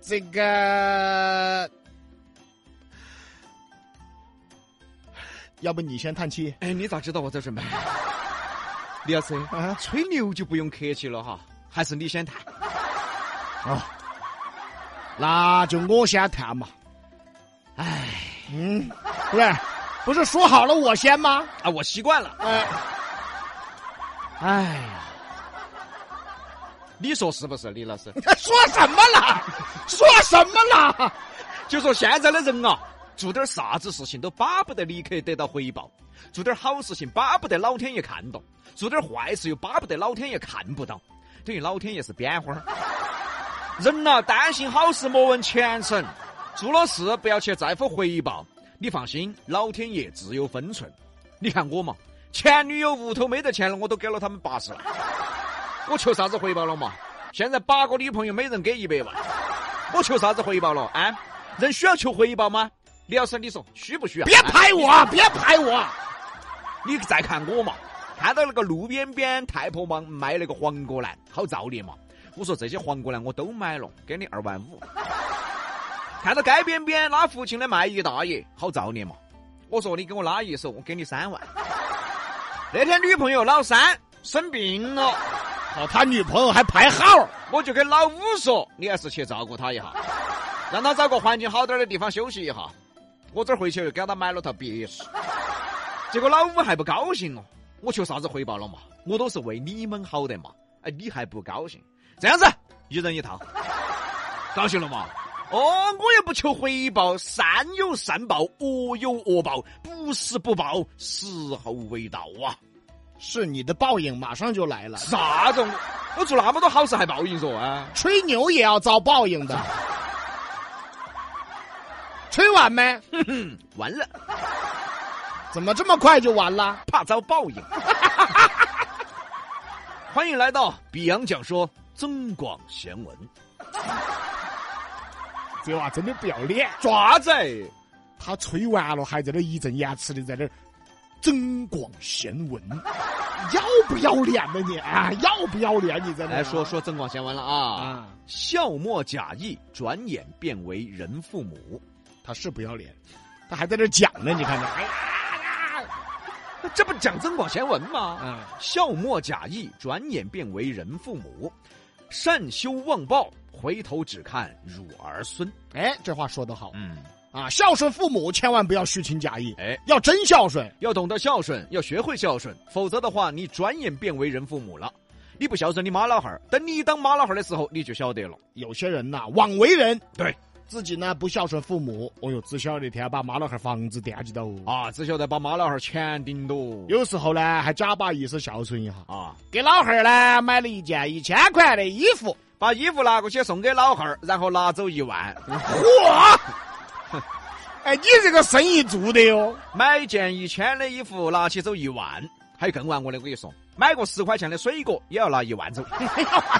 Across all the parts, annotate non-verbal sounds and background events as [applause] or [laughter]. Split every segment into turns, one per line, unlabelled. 这个，
要不你先叹气
哎，你咋知道我在准备？ [laughs] 李老师，
啊？
吹牛就不用客气了哈，还是你先谈。
那就我先谈嘛。
哎，
嗯，不是，不是说好了我先吗？
啊，我习惯了。
哎、
哎呀，你说是不是，李老师？
说什么了？说什么了？
就说现在的人啊，做点啥子事情都巴不得立刻得到回报，做点好事情巴不得老天爷看到，做点坏事又巴不得老天爷看不到，等于老天爷是编花儿。人呐、但行好事莫问前程，做了事不要去在乎回报。你放心，老天爷自有分寸。你看我嘛，前女友屋头没得钱了，我都给了他们八十万，我求啥子回报了嘛？现在八个女朋友每人给一百万。我求啥子回报了？啊，人需要求回报吗？李老师，你说需不需要？
别
啊
拍我！别拍我！
你再看我嘛，看到那个路边边太婆忙卖那个黄瓜兰，好造孽嘛！我说这些黄瓜兰我都买了，给你二万五。看到街边边拉福清的卖艺大爷，好造孽嘛！我说你给我拉一手，我给你三万。那天女朋友老三生病了，
哦，他女朋友还排号。
我就跟老五说，你还是去照顾他一下，让他找个环境好点儿的地方休息一下。我这儿回去又给他买了套别墅，结果老五还不高兴哦。我求啥子回报了嘛？我都是为你们好的嘛。哎，你还不高兴？这样子，一人一套，高兴了嘛？哦，我也不求回报，善有善报，恶有恶报，不是不报，时候未到啊！
是你的报应马上就来了，
啥子？我做那么多好事还报应说啊？
吹牛也要遭报应的。吹完没？
完了。
怎么这么快就完了？
怕遭报应。 [laughs] 欢迎来到比洋讲说增广贤文。
这娃真的不要脸，
爪子，
他吹完了还在那义正言辞的在那儿增广贤文，要不要脸呢你啊？要不要脸你在那儿
来说说增广贤文了啊！
啊？
笑莫假意，转眼变为人父母。
他是不要脸，他还在这讲呢，你看看，哎呀
那这不讲增广贤文吗？
啊，
笑莫假意，转眼变为人父母。善修忘报，回头只看汝儿孙。
哎，这话说得好
嗯，
啊！孝顺父母千万不要虚情假意，
哎，
要真孝顺。
要懂得孝顺，要学会孝顺，否则的话，你转眼变为人父母了。你不孝顺你妈老汉儿，等你当妈老汉儿的时候，你就晓得了。
有些人呐，枉为人，
对
自己呢不孝顺父母，哦哟，只晓得天把妈老汉儿房子惦记到哦。
啊，只晓得把妈老汉儿钱顶到。
有时候呢，还假把意思孝顺一下，
啊，
给老汉儿呢买了一件一千块的衣服，
把衣服拿过去送给老汉儿，然后拿走一万，
嚯！哎，你这个生意做的哟，
[laughs] 买件一千的衣服拿起走一万，还有更玩我的，我跟你说，买个十块钱的水果也要拿一万走。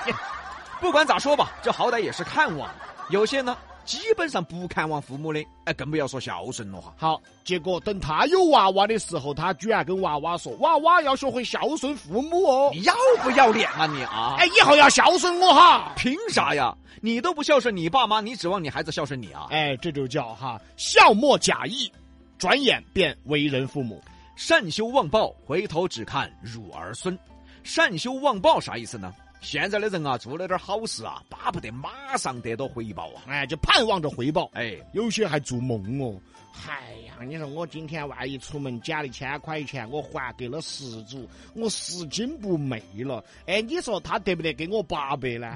[laughs] 不管咋说吧，这好歹也是看望。有些呢，基本上不看望父母的，哎，更不要说孝顺了哈。
好，结果等他有娃娃的时候，他居然跟娃娃说：“娃娃要学会孝顺父母哦，
你要不要脸啊你啊？
哎，以后要孝顺我哈。
凭啥呀？你都不孝顺你爸妈，你指望你孩子孝顺你啊”？
哎，这就叫哈孝莫假意，转眼便为人父母。
善修忘报，回头只看汝儿孙。善修忘报啥意思呢？现在的人啊，做了点好事啊，巴不得马上得到回报啊。
哎，就盼望着回报，
哎，
有些还做梦哦。哎呀，你说我今天万一出门捡了一千块钱，我还给了失主，我拾金不昧了。哎，你说他得不得给我八百 [laughs] 呢？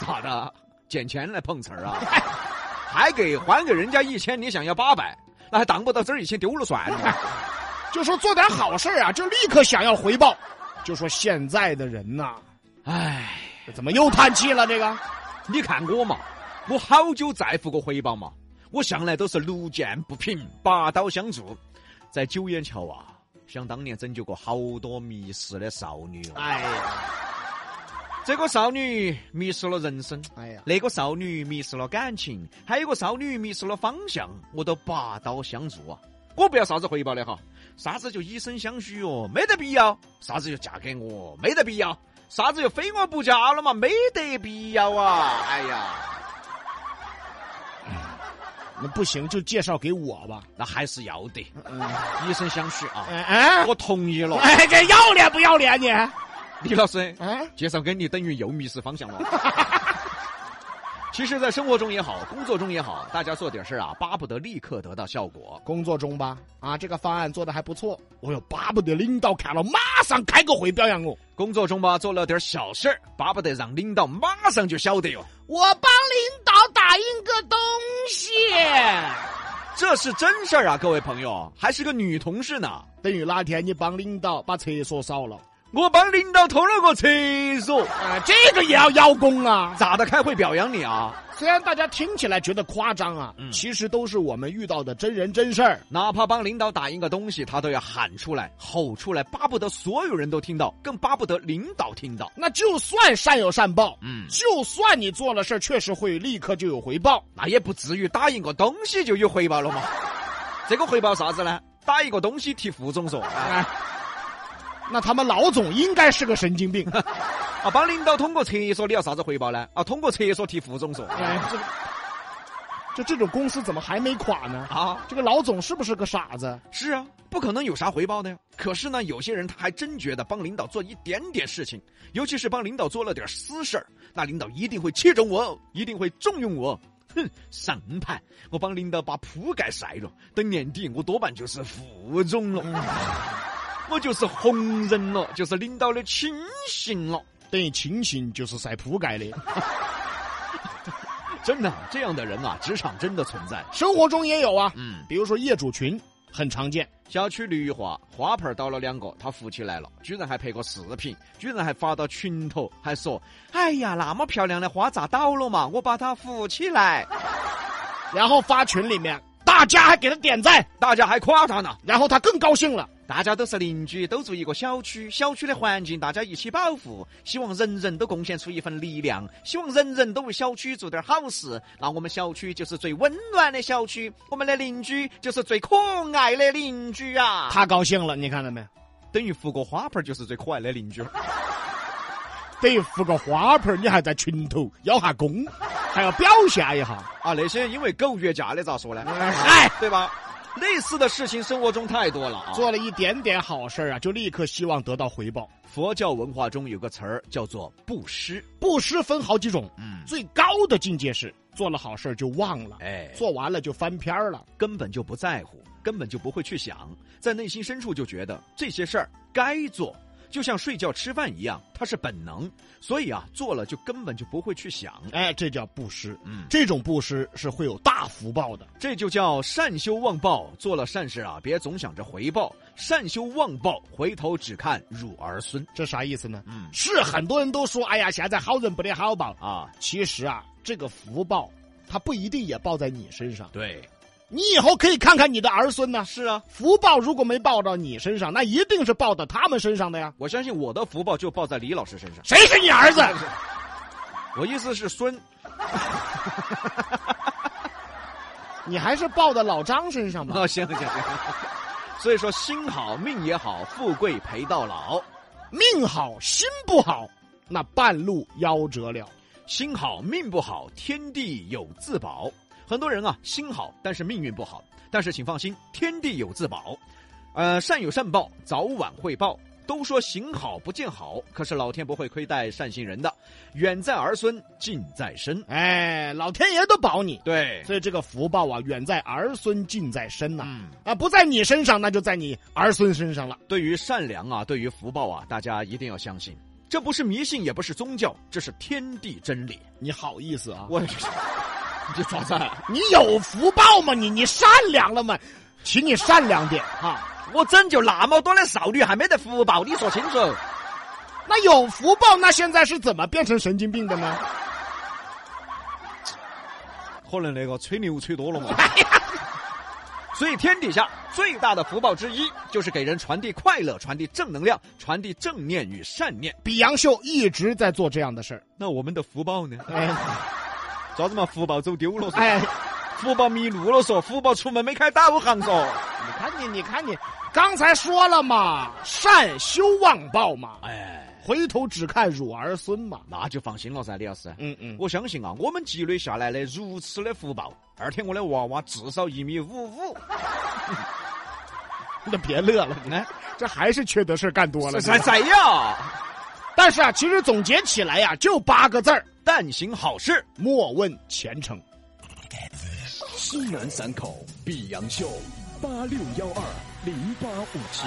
咋的？捡钱来碰瓷儿啊？ [laughs] 还给还给人家一千，你想要八百，那还当不到这儿一千丢了算了。 [laughs]
就说做点好事儿啊，就立刻想要回报。就说现在的人呐、
哎，
怎么又叹气了？这个
你看我嘛，我好久在乎过回报嘛，我向来都是路见不平拔刀相助。在九眼桥啊，想当年拯救过好多迷失的少女哦。
哎呀，
这个少女迷失了人生，
哎呀，
那个少女迷失了感情，还有个少女迷失了方向，我都拔刀相助啊！我不要啥子回报的哈，啥子就以身相许哦，没得必要；啥子就嫁给我，没得必要；啥子又非我不嫁了嘛？没得必要啊！哎呀，
那不行就介绍给我吧。
那还是要得，以身相许啊！
哎嗯哎
我同意了，
哎，这要脸不要脸你？
李老师，
哎，
介绍给你等于又迷失方向
[laughs]
了。其实，在生活中也好，工作中也好，大家做点事儿啊，巴不得立刻得到效果。
工作中吧，啊，这个方案做的还不错，我又巴不得领导看了马上开个会表扬我。
工作中吧，做了点小事儿，巴不得让领导马上就晓得哟。
我帮领导打印个东西，
这是真事儿啊，各位朋友，还是个女同事呢。
等于哪天你帮领导把厕所扫了
我帮领导偷了个厕所，
啊，这个也要邀功啊。
咋的？开会表扬你啊？
虽然大家听起来觉得夸张啊，
嗯
其实都是我们遇到的真人真事儿。
哪怕帮领导打印个东西，他都要喊出来、吼出来，巴不得所有人都听到，更巴不得领导听到。
那就算善有善报，
嗯，
就算你做了事儿，确实会立刻就有回报。
那也不至于打印个东西就有回报了嘛？这个回报啥子呢？打一个东西提副总说啊，
哎，那他们老总应该是个神经病。
啊帮领导通过厕所，你要啥子回报呢？啊，通过厕所提副总说
[laughs] 哎，这就这种公司怎么还没垮呢？
啊，
这个老总是不是个傻子？
是啊，不可能有啥回报的呀。可是呢，有些人他还真觉得帮领导做一点点事情，尤其是帮领导做了点私事儿，那领导一定会器重我，一定会重用我。哼，上盘我帮领导把铺盖晒了，等年底我多半就是副总了， [laughs] 我就是红人了，就是领导的亲信了。
等于清醒就是晒铺盖的。
真的，这样的人啊，职场真的存在。
生活中也有啊，
嗯，
比如说业主群很常见。
小区绿化花盆儿倒了两个，他扶起来了，居然还拍个视频，居然还发到群头，还说：“哎呀，那么漂亮的花咋倒了嘛？我把它扶起来。 [laughs]
然后发群里面，大家还给他点赞，”
大家还夸他呢。
然后他更高兴了。
大家都是邻居，都住一个小区，小区的环境大家一起保护，希望人人都贡献出一份力量，希望人人都为小区做点好事。那我们小区就是最温暖的小区，我们的邻居就是最可爱的邻居啊！
他高兴了，你看到没？
等于扶个花盆儿就是最可爱的邻居。
得扶个花盆儿，你还在群头邀下
[laughs]
功，还要表现一下。
啊，那些因为狗越价的咋说呢？
哎，
对吧？类似的事情生活中太多了啊。
做了一点点好事儿啊，就立刻希望得到回报。
佛教文化中有个词儿叫做布施，
布施分好几种，
嗯，
最高的境界是做了好事儿就忘了，
哎，
做完了就翻篇儿了。
根本就不在乎，根本就不会去想，在内心深处就觉得这些事儿该做，就像睡觉吃饭一样，它是本能，所以啊，做了就根本就不会去想。
哎，这叫布施。
嗯，
这种布施是会有大福报的。
这就叫善修忘报。做了善事啊，别总想着回报，善修忘报，回头只看汝儿孙。
这啥意思呢？
嗯
是很多人都说，哎呀，现在好人不得好报。
啊，
其实啊，这个福报它不一定也报在你身上。
对，
你以后可以看看你的儿孙呢、
是啊，
福报如果没报到你身上，那一定是报到他们身上的呀。
我相信我的福报就报在李老师身上。
谁是你儿子？
我意思是孙，
你还是报到老张身上吧。
啊，行行行。所以说，心好命也好，富贵陪到老。
[laughs] 命好心不好，那半路夭折了。
心好命不好，天地有自保。很多人啊，心好，但是命运不好。但是请放心，天地有自保。呃，善有善报，早晚会报。都说行好不见好，可是老天不会亏待善心人的。远在儿孙，近在身。
哎，老天爷都保你。
对，
所以这个福报啊，远在儿孙，近在身呐、啊。
嗯。
不在你身上，那就在你儿孙身上了。
对于善良啊，对于福报啊，大家一定要相信，这不是迷信，也不是宗教，这是天地真理。
你好意思啊？
我， [laughs] 你咋子？
你有福报吗？你你善良了吗？请你善良点哈。
我拯救那么多的少女，还没得福报，你说清楚？
那有福报，那现在是怎么变成神经病的呢？
可能那个吹牛吹多了 [laughs] 嘛。哎所以，天底下最大的福报之一，就是给人传递快乐、传递正能量、传递正念与善念。
比杨秀一直在做这样的事儿。
那我们的福报呢？
哎
咋子嘛？福报走丢了，
哎，
福报迷路了，说福报出门没开导航，说。
你看你，你看你，刚才说了嘛，善休忘报嘛，
哎，
回头只看汝儿孙嘛。
那就放心了噻，李老师。
嗯嗯，
我相信啊，我们积累下来的如此的福报，二天我的娃娃至少一米五五。
那别乐了，
哎，
这还 [laughs] 是缺德事儿干多了。
谁谁呀？
但是啊，其实总结起来呀、就八个字儿：
但行好事。
莫问前程。
西南三口碧阳秀，八六幺二零八五七。